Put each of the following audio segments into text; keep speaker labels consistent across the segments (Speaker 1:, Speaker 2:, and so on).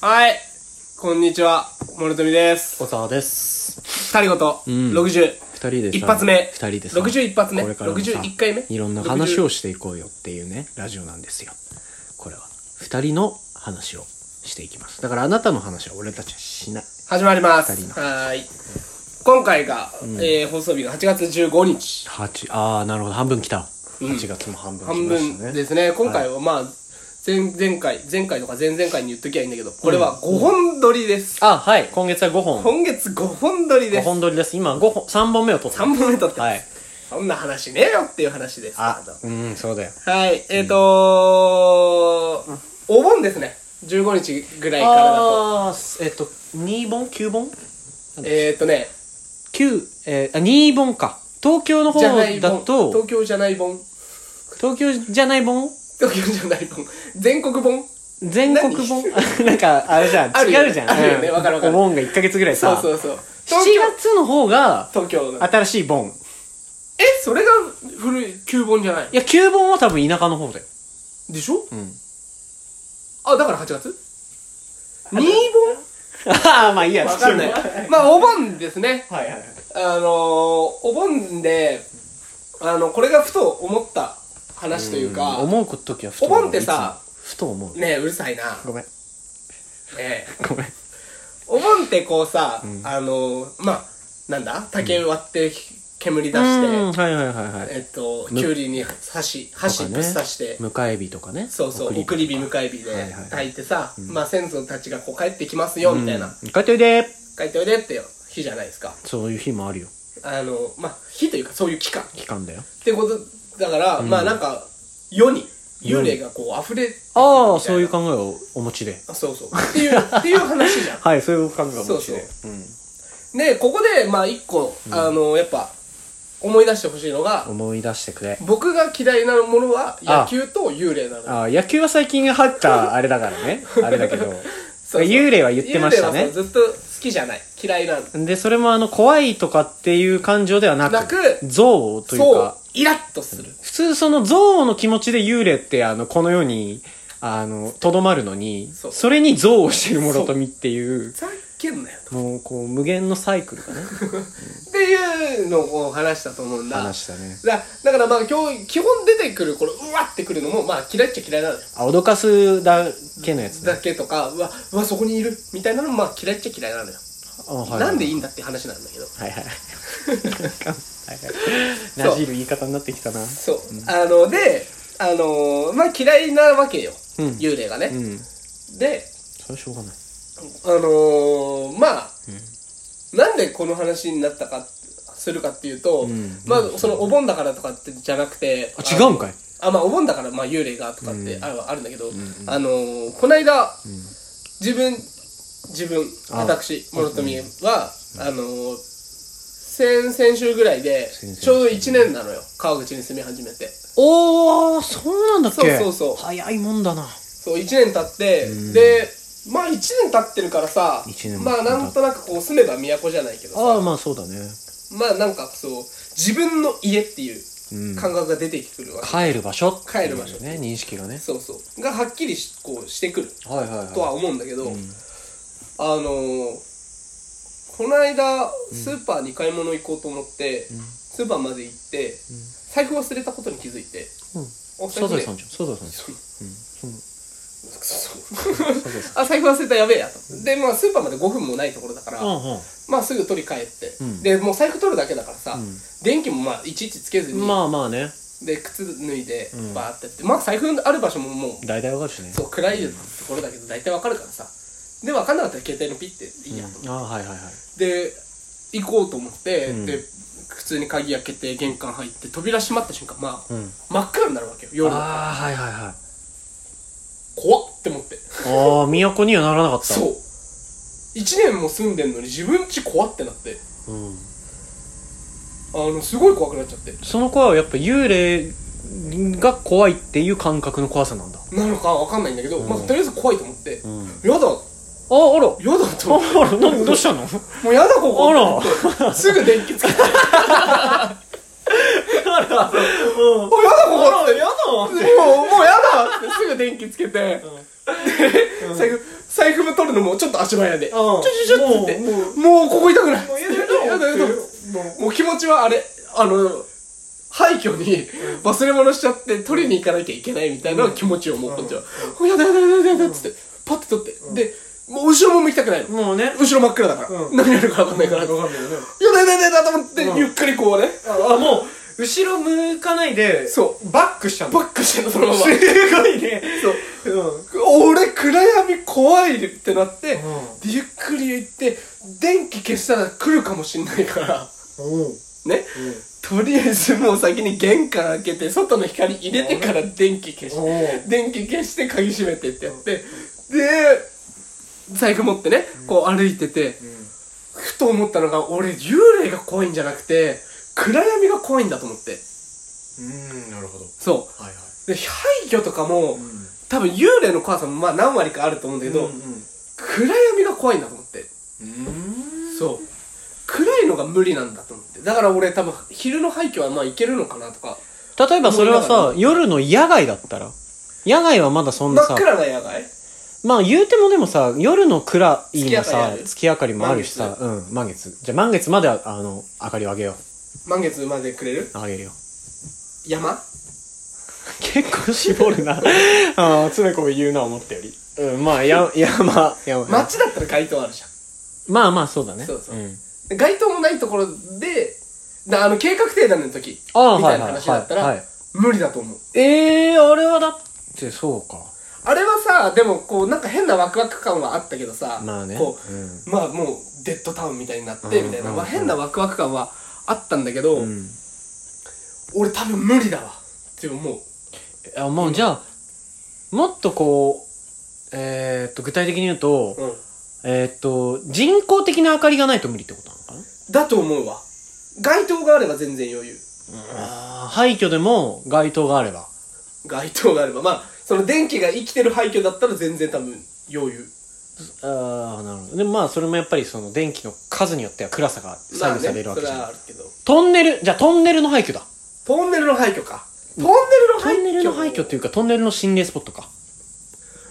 Speaker 1: はい。こんにちは。諸富です。
Speaker 2: 小沢です。
Speaker 1: 二人ごと、
Speaker 2: ん
Speaker 1: 60。
Speaker 2: 二人でさ
Speaker 1: 一発目
Speaker 2: 二人でさ
Speaker 1: 61発目
Speaker 2: これからもさ
Speaker 1: 61回目
Speaker 2: いろんな話をしていこうよっていうねラジオなんですよこれは二人の話をしていきますだからあなたの話は俺たちはしない
Speaker 1: 始まります
Speaker 2: 二。人
Speaker 1: はーい。今回が、えー放送日が8月15日。
Speaker 2: 八ああなるほど半分きた8月も半分
Speaker 1: 半
Speaker 2: きましたね、
Speaker 1: 分ですね。今回はまあ、前、前回、前回とか前々回に言っときゃいいんだけど、これは5本撮りです。
Speaker 2: あはい今月は5本
Speaker 1: 今月5本撮り
Speaker 2: 5
Speaker 1: です。
Speaker 2: 本撮りです今五本3本目を撮った
Speaker 1: 3本目撮ってます。
Speaker 2: はい
Speaker 1: そんな話ねえよっていう話です。
Speaker 2: あうんそうだよ
Speaker 1: はい、えっ、とーお盆ですね。15日ぐらいからだと。
Speaker 2: あーえっと2本9本
Speaker 1: えっ、とね、
Speaker 2: 9えー、あ2本か東京の方
Speaker 1: じゃない
Speaker 2: だ
Speaker 1: 盆。
Speaker 2: と
Speaker 1: 東京じゃない盆。
Speaker 2: 東京じゃない本
Speaker 1: 東京じゃない盆。全国盆。
Speaker 2: 全国本 なんかあれじゃん
Speaker 1: あるよね
Speaker 2: 違うじゃん
Speaker 1: あるよね
Speaker 2: うん
Speaker 1: わかるわかる
Speaker 2: お盆が1か月ぐらい
Speaker 1: そ
Speaker 2: さ
Speaker 1: うそうそう。
Speaker 2: 7
Speaker 1: 東京
Speaker 2: 月の方が
Speaker 1: 東京の。
Speaker 2: 新しい盆
Speaker 1: え、それが古い旧盆じゃない
Speaker 2: いや旧盆は多分田舎の 方だよ。
Speaker 1: でしょうんあ、だから8月 ?2
Speaker 2: ああまあいいや
Speaker 1: 盆わかんない。まあ、お盆ですね。
Speaker 2: はいはいはい
Speaker 1: あのー、お盆で、あの、これがふと思った話というか、
Speaker 2: 思う時はふと思う
Speaker 1: お盆ってさ
Speaker 2: いつもふと思う
Speaker 1: ねえ、うるさいな。
Speaker 2: ごめん
Speaker 1: ねえ。
Speaker 2: ごめん
Speaker 1: お盆ってこうさ、あのまあなんだ竹割って煙出して、
Speaker 2: うんはいはいはいはい
Speaker 1: えっと
Speaker 2: む
Speaker 1: きゅうりに箸箸ぶっ刺して、
Speaker 2: 迎え火とかね
Speaker 1: そうそう送り火迎え火で
Speaker 2: はいはい
Speaker 1: 炊いてさ、まあ先祖たちがこう帰ってきますよみたいな、
Speaker 2: うん帰っておいで
Speaker 1: 帰っておいでってよ日じゃないですか
Speaker 2: そういう日もあるよ
Speaker 1: あのまあ日というかそういう期間っ
Speaker 2: 期間だよ
Speaker 1: てことだから、まあなんか世に幽霊がこう溢れてくるみたいな
Speaker 2: ああそういう考えをお持ちで
Speaker 1: あそうそうっていう っていう話じゃん
Speaker 2: はいそういう考えをお
Speaker 1: そ
Speaker 2: 持
Speaker 1: う
Speaker 2: ち
Speaker 1: そう
Speaker 2: でうん
Speaker 1: でここでまあ一個、あのやっぱ思い出してほしいのが、
Speaker 2: 思い出してくれ
Speaker 1: 僕が嫌いなものは野球と幽霊なのよ
Speaker 2: あー野球は最近入ったあれだから ねあれだけど
Speaker 1: そうそう
Speaker 2: 幽霊は言ってました
Speaker 1: 幽霊
Speaker 2: ね
Speaker 1: はそうずっと好きじゃない嫌いなの
Speaker 2: でそれもあの怖いとかっていう感情ではなく
Speaker 1: なく
Speaker 2: 憎悪という
Speaker 1: そう
Speaker 2: か
Speaker 1: イラッとする
Speaker 2: 普通その憎悪の気持ちで幽霊ってあのこの世にあのとどまるのに
Speaker 1: そう
Speaker 2: それに憎悪してるもろとみってい
Speaker 1: ふ
Speaker 2: う
Speaker 1: ざけんなよ
Speaker 2: もうこう無限のサイクルがね
Speaker 1: っていうのを話したと思うんだ
Speaker 2: 話したね
Speaker 1: だだからまあ今日基本出てくるこれうわってくるのもまあ嫌いっちゃ嫌いなのよ
Speaker 2: あ脅かすだけのやつね
Speaker 1: だけとかうわうわそこにいるみたいなのもまあ嫌いっちゃ嫌いなのよ、
Speaker 2: あはい
Speaker 1: なんでいいんだって話なんだけど
Speaker 2: はい はいはいはいなじる言い方になってきたな
Speaker 1: そう、あのであのーまあ嫌いなわけよ、
Speaker 2: うん
Speaker 1: 幽霊がね、
Speaker 2: うん
Speaker 1: で
Speaker 2: それはしょうがない
Speaker 1: あのー、まあ、なんでこの話になったかするかっていうと、
Speaker 2: ん
Speaker 1: まあそのお盆だからとかってじゃなくて
Speaker 2: あ違うんかい
Speaker 1: あまあお盆だからまあ幽霊がとかってある,、あるんだけど、あのー、こないだ自分自分
Speaker 2: あ
Speaker 1: 私諸富は、あのー、先々週ぐらいで
Speaker 2: 先々週
Speaker 1: ちょうど1年なのよ川口に住み始めて
Speaker 2: おーそうなんだっけ
Speaker 1: そうそうそう
Speaker 2: 早いもんだな
Speaker 1: そう1年経って、でまあ1年経ってるからさ
Speaker 2: 一年も
Speaker 1: まあなんとなくこう住めば都じゃないけどさ
Speaker 2: ああまあそうだね
Speaker 1: まあなんかそう自分の家っていう
Speaker 2: うん
Speaker 1: 感覚が出てくるわけ、
Speaker 2: 帰る場所
Speaker 1: 帰る場所
Speaker 2: っていうね認識がね
Speaker 1: そうそうがはっきりしこうしてくる
Speaker 2: はいはい
Speaker 1: とは思うんだけど、あのー、この間スーパーに買い物行こうと思って、スーパーまで行って、財布忘れたことに気づいて、
Speaker 2: うん
Speaker 1: お
Speaker 2: サ
Speaker 1: 財
Speaker 2: ザ
Speaker 1: 布ね
Speaker 2: エさんじゃんサザエさんじゃん
Speaker 1: くそ
Speaker 2: サザエさん
Speaker 1: あ財布忘れたやべえやとでまあスーパーまで5分もないところだから、
Speaker 2: う
Speaker 1: まあすぐ取り替えて、
Speaker 2: ん
Speaker 1: でもう財布取るだけだからさ、
Speaker 2: ん
Speaker 1: 電気もまあいちいちつけずに、
Speaker 2: んうんまあまあね
Speaker 1: で靴脱いで
Speaker 2: ん
Speaker 1: バーってやって、まあ財布ある場所ももう
Speaker 2: 大体わかるしね
Speaker 1: そう暗いところだけど大体わかるからさで分かんなかったら携帯のピッていいやと思って、
Speaker 2: ああはいはいはい
Speaker 1: で行こうと思って、
Speaker 2: ん
Speaker 1: で普通に鍵開けて玄関入って扉閉まった瞬間まあ、
Speaker 2: うん
Speaker 1: 真っ暗になるわけよ夜だから
Speaker 2: ああはいはいはい
Speaker 1: 怖っって思って
Speaker 2: ああ都にはならなかった
Speaker 1: そう1年も住んでんのに自分家怖ってなって
Speaker 2: うん
Speaker 1: あのすごい怖くなっちゃって
Speaker 2: その怖はやっぱ幽霊が怖いっていう感覚の怖さなんだ
Speaker 1: なのかわかんないんだけど、まあ、とりあえず怖いと思って、
Speaker 2: う
Speaker 1: や
Speaker 2: んあ
Speaker 1: だ
Speaker 2: あら
Speaker 1: やだと思って
Speaker 2: あらなんどうしたの
Speaker 1: もうやだここ
Speaker 2: あら
Speaker 1: って思ってすぐ電気つけて
Speaker 2: あ
Speaker 1: も
Speaker 2: ら
Speaker 1: うやだここって
Speaker 2: やだ
Speaker 1: もう、もうやだってすぐ電気つけて、で財布、財布も取るのもうちょっと足早で、ちょちょちょっつって
Speaker 3: もうも
Speaker 1: もうここ痛くない
Speaker 3: もうやだやだ
Speaker 1: やだやだ
Speaker 3: もう
Speaker 1: もう気持ちはあれあの廃墟に忘れ物しちゃって取りに行かなきゃいけないみたいな気持ちをもうこっちは「やだやだやだやだ」っつってパッて取ってでもう後ろも向きたくないの
Speaker 3: もうね
Speaker 1: 後ろ真っ暗だから
Speaker 3: うん
Speaker 1: 何やるか分かんないから
Speaker 3: わ
Speaker 1: 「やだや
Speaker 3: かんないよね
Speaker 1: だやだやだ」と思って
Speaker 3: うん
Speaker 1: ゆっくりこうね
Speaker 3: ああもう後ろ向かないで
Speaker 1: そう
Speaker 3: バックしちゃうん
Speaker 1: バ
Speaker 3: だ
Speaker 1: ックしてんのそのまます
Speaker 3: ごいね
Speaker 1: そう
Speaker 3: うん
Speaker 1: 俺暗闇怖いってなって、
Speaker 3: ん
Speaker 1: でゆっくり行って電気消したら来るかもしんないから
Speaker 3: おう
Speaker 1: ね、とりあえずもう先に玄関開けて外の光入れてから電気消し
Speaker 3: お
Speaker 1: て電気消して鍵閉めてってやってで財布持ってねこう歩いててふと思ったのが俺幽霊が怖いんじゃなくて暗闇が怖いんだと思って
Speaker 3: うんなるほど
Speaker 1: そう
Speaker 3: はいはい
Speaker 1: で廃墟とかも、多分幽霊の怖さもまあ何割かあると思うんだけど、暗闇が怖いんだと思って
Speaker 3: うん
Speaker 1: そう暗いのが無理なんだと思ってだから俺多分昼の廃墟はまあいけるのかなとか
Speaker 2: 例えばそれは
Speaker 1: もう
Speaker 2: さ、夜の野外だったら野外はまだそんな
Speaker 1: 真
Speaker 2: さ
Speaker 1: っ、暗な野外
Speaker 2: まあ言うてもでもさ、夜の暗いのさ、
Speaker 1: 月
Speaker 2: 月明かりもあるしさ、うん、満月。じゃあ満月までは、あの、明かりをあげよ
Speaker 1: 満月までくれる
Speaker 2: う。あげるよ。
Speaker 1: 山
Speaker 2: 結構絞るな。ああ、つべこべ言うな、思ったより。うん、まあ、や、山、山。
Speaker 1: 街だったら街灯あるじゃん
Speaker 2: まあまあ、そうだね。
Speaker 1: そうそうんで街灯もないところでだあの計画停断の時み
Speaker 2: ああ
Speaker 1: たいな話だった
Speaker 2: はいはいは
Speaker 1: ら
Speaker 2: い
Speaker 1: 無理だと思う
Speaker 2: ええあれはだってそうか。
Speaker 1: あれはさでもこうなんか変なワクワク感はあったけどさ
Speaker 2: まあね
Speaker 1: こう、
Speaker 2: うん
Speaker 1: まあもうデッドタウンみたいになって
Speaker 2: うん
Speaker 1: みたいな、
Speaker 2: うん
Speaker 1: まあ、変なワクワク感はあったんだけど、
Speaker 2: うん。
Speaker 1: 俺多分無理だわって思う
Speaker 2: あもうじゃあ、もっとこう、えー、っと、具体的に言うと、
Speaker 1: うん
Speaker 2: えー、っと、人工的な明かりがないと無理ってことなのかな
Speaker 1: だと思うわ街灯があれば全然余裕
Speaker 2: あー廃墟でも街灯があれば。
Speaker 1: 街灯があればまあその電気が生きてる廃墟だったら全然多分余裕
Speaker 2: ああ、なるほど。でもまあ、それもやっぱりその電気の数によっては暗さが左
Speaker 1: まあ
Speaker 2: 右
Speaker 1: ね
Speaker 2: されるわけじゃん。
Speaker 1: それはあるけど
Speaker 2: トンネル、じゃあトンネルの廃墟だ。
Speaker 1: トンネルの廃墟かトン
Speaker 2: トン
Speaker 1: ネ
Speaker 2: ネ
Speaker 1: ル
Speaker 2: ル
Speaker 1: の
Speaker 2: の
Speaker 1: 廃
Speaker 2: 廃
Speaker 1: 墟
Speaker 2: 墟っていうか、トンネルの心霊スポットか。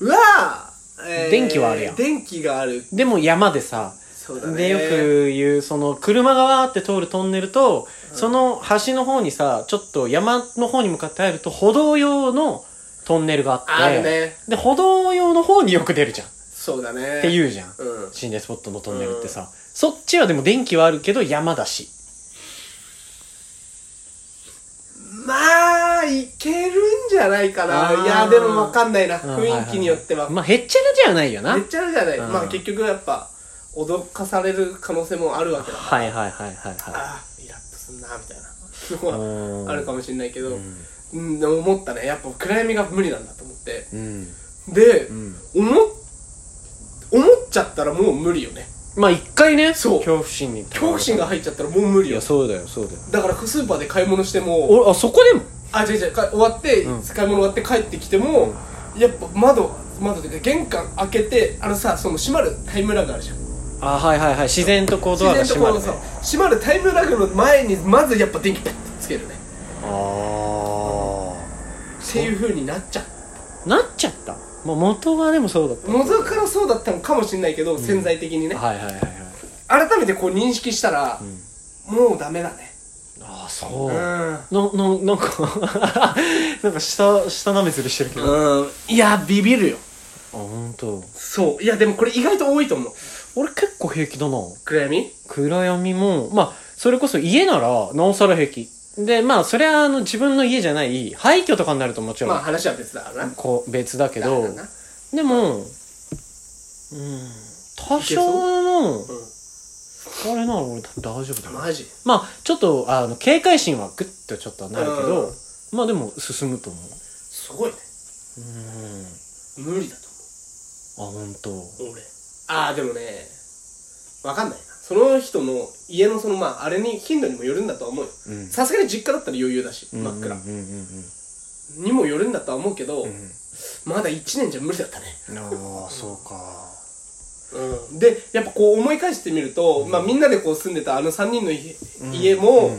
Speaker 1: うわー、えー
Speaker 2: 電気はあるやん
Speaker 1: 電気がある
Speaker 2: でも山でさ、
Speaker 1: そうだね
Speaker 2: で、よく言う、その、車がわーって通るトンネルと、その端の方にさ、ちょっと山の方に向かって入ると、歩道用のトンネルがあって、
Speaker 1: あるね
Speaker 2: で、歩道用の方によく出るじゃん。っ
Speaker 1: そうだね
Speaker 2: て
Speaker 1: う
Speaker 2: 言うじゃん。
Speaker 1: うん
Speaker 2: 心霊スポットのトンネルってさ、そっちはでも電気はあるけど山だし。
Speaker 1: まあいけるんじゃないか
Speaker 2: あ
Speaker 1: な
Speaker 2: ー
Speaker 1: いやでもわかんないな
Speaker 2: うん
Speaker 1: 雰囲気によっては
Speaker 2: まあ、へっちゃらじゃないよな。は
Speaker 1: め
Speaker 2: い
Speaker 1: っちゃあるじゃない
Speaker 2: うん
Speaker 1: まあ結局やっぱ脅かされる可能性もあるわけだ
Speaker 2: はいはいはいは
Speaker 1: ああイラッとすんなみた
Speaker 2: う
Speaker 1: いなの
Speaker 2: ーん
Speaker 1: はあるかもしれないけど、うん、でも思ったねやっぱ暗闇が無理なんだと思って
Speaker 2: い。うん。
Speaker 1: で、
Speaker 2: ん
Speaker 1: 思っ思っちゃったらもう無理よね
Speaker 2: まあ、一回ね、
Speaker 1: そう
Speaker 2: 恐怖心に。
Speaker 1: 恐怖心が入っちゃったらもう無理
Speaker 2: い
Speaker 1: よ
Speaker 2: や、そうだよ、そうだよ。
Speaker 1: だからスーパーで買い物しても
Speaker 2: お、あ、そこでも
Speaker 1: あ違う違うか終わって、買い物終わって帰ってきても、やっぱ窓窓というか玄関開けてあのさその閉まるタイムラグあるじゃん
Speaker 2: あ、はいはいはい。自然とこうドアが
Speaker 1: 自然
Speaker 2: 閉
Speaker 1: と
Speaker 2: ま
Speaker 1: この
Speaker 2: る、ね
Speaker 1: さ。閉まるタイムラグの前にまずやっぱ電気パッてつけるね
Speaker 2: あ
Speaker 1: っていう風になっちゃう
Speaker 2: あなっちゃったまあ元はでもそうだった
Speaker 1: 覗くからそうだったのかもしれないけど、潜在的にね
Speaker 2: はいはいはいはい
Speaker 1: 改めてこう認識したら、もうダメだね
Speaker 2: ああそうう、
Speaker 1: ん
Speaker 2: ののなんか なんか下下なめずりしてるけど、あ
Speaker 1: うんいやビビるよ
Speaker 2: 本当。
Speaker 1: そういやでもこれ意外と多いと思う
Speaker 2: 俺結構平気だな
Speaker 1: 暗闇
Speaker 2: 暗闇もまあそれこそ家ならなおさら平気でまあそれはあの自分の家じゃない廃墟とかになるともちろん、
Speaker 1: まあ話は別だからな
Speaker 2: こう別だけ
Speaker 1: だ
Speaker 2: ど
Speaker 1: からな
Speaker 2: でもうん多
Speaker 1: いけそ
Speaker 2: 少の
Speaker 1: うん
Speaker 2: あれなら俺大丈夫だな
Speaker 1: マジ
Speaker 2: まあちょっとあの警戒心はグッとちょっとはなるけど、
Speaker 1: うん
Speaker 2: まあでも進むと思う
Speaker 1: すごいね
Speaker 2: うんあ
Speaker 1: 無理だと
Speaker 2: 本当。
Speaker 1: 思う俺ああでもねわかんないなその人の家のそのまああれに頻度にもよるんだとは思うよ
Speaker 2: うん
Speaker 1: さすがに実家だったら余裕だし真っ暗
Speaker 2: うんうんうんうん
Speaker 1: にもよるんだとは思うけど、まだ1年じゃ無理だったね
Speaker 2: ああそうか
Speaker 1: うん、でやっぱこう思い返してみると、まあ、みんなでこう住んでたあの3人の家,、家も、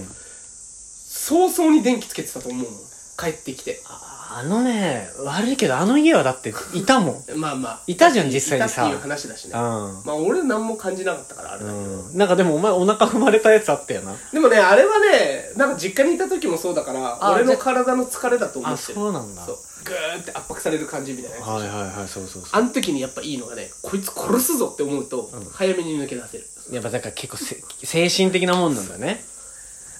Speaker 1: 早々に電気つけてたと思うの帰ってきて
Speaker 2: ああのね、悪いけど、あの家はだって、いたもん。
Speaker 1: まあまあ
Speaker 2: いたじゃん実際にさ
Speaker 1: いたっていう話だしね
Speaker 2: う
Speaker 1: まあ俺何も感じなかったからあれだけど、
Speaker 2: ん。うん。なんかでもお前お腹踏まれたやつあったよな。
Speaker 1: でもねあれはねなんか実家にいた時もそうだから
Speaker 2: あ
Speaker 1: 俺の体の疲れだと思ってる
Speaker 2: あ、そうなんだ。
Speaker 1: そうグーって圧迫される感じみたいなやつ
Speaker 2: はいはいはい、そうそうそ
Speaker 1: あの時にやっぱいいのがねこいつ殺すぞって思うと早めに抜け出せる、
Speaker 2: う。やっぱだから結構せ精神的なもんなんだね。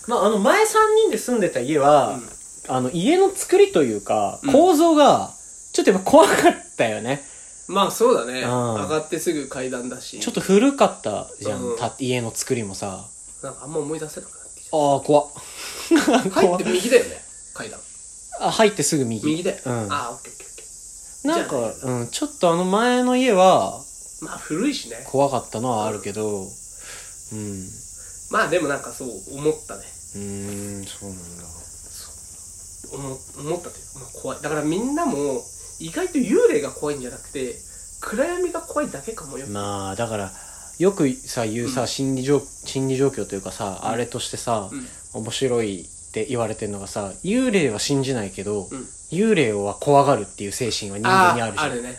Speaker 2: まあ、あの前3人で住んでた家は、あの家の作りというか、
Speaker 1: ん
Speaker 2: 構造が、ちょっとやっぱ怖かったよね。
Speaker 1: まあそうだね
Speaker 2: うん
Speaker 1: 上がってすぐ階段だし
Speaker 2: ちょっと古かったじゃん、
Speaker 1: うん
Speaker 2: た家の作りもさ。
Speaker 1: なんかあんま思い出せなくなってきちゃ
Speaker 2: ああ、 怖っ。
Speaker 1: う入って右だよね階段
Speaker 2: あ入ってすぐ右。
Speaker 1: 右だよ、
Speaker 2: うん。
Speaker 1: ああオッケーオッケーオッケ
Speaker 2: なん
Speaker 1: じゃ
Speaker 2: か、うん、ちょっとあの前の家は
Speaker 1: ーまあ古いしね
Speaker 2: 怖かったのはあるけど、うん。
Speaker 1: まあでもなんかそう思ったね
Speaker 2: うーん、そうなんだ。
Speaker 1: 思思ったというか、まあ、怖いだからみんなも意外と幽霊が怖いんじゃなくて暗闇が怖いだけかもよ、
Speaker 2: まあ、だから、よくさ、言うさ、心理状、心理状況というかさ、あれとしてさ、
Speaker 1: うん
Speaker 2: 面白いって言われてるのがさ、幽霊は信じないけど、
Speaker 1: ん
Speaker 2: 幽霊は怖がるっていう精神は人間
Speaker 1: あ
Speaker 2: にあるじ
Speaker 1: あ
Speaker 2: ゃ
Speaker 1: あ
Speaker 2: ん。
Speaker 1: るね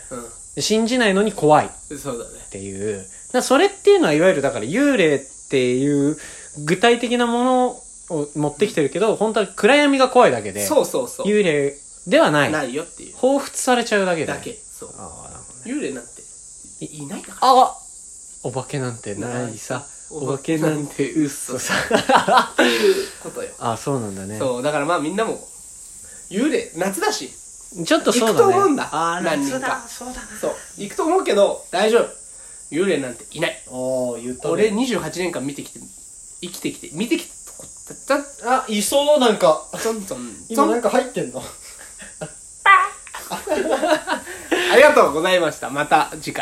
Speaker 2: で信じないのに怖いっ
Speaker 1: うんそうだね
Speaker 2: ていう。だからそれっていうのは、いわゆるだから幽霊っていう具体的なものを持ってきてるけど、本当は暗闇が怖いだけで、
Speaker 1: そうそうそう
Speaker 2: 幽霊ではない。
Speaker 1: ないよっていう
Speaker 2: 彷彿されちゃうだけで。
Speaker 1: だけそう
Speaker 2: ああ、なるほど。
Speaker 1: 幽霊なんていいないから
Speaker 2: あお化けなんてないさ。お化けなんて嘘さ。
Speaker 1: っていうことよ
Speaker 2: あ、そうなんだね。
Speaker 1: そうだからまあみんなも幽霊夏だし
Speaker 2: ちょっとそ
Speaker 1: 行
Speaker 2: うだね。
Speaker 1: くと思うんだ
Speaker 2: あー、
Speaker 1: 何
Speaker 2: 何
Speaker 1: 人
Speaker 2: 人
Speaker 1: か
Speaker 2: か。そうだな。
Speaker 1: そう行くと思うけど大丈夫幽霊なんていない
Speaker 2: おー、言ったね
Speaker 1: 俺、28年間見てきて生きてきて見てきてたた
Speaker 2: あ、いそう、なんか。
Speaker 1: ちょんちょんち
Speaker 2: 今
Speaker 1: ょん
Speaker 2: なんか入ってんの
Speaker 1: ありがとうございましたまた次回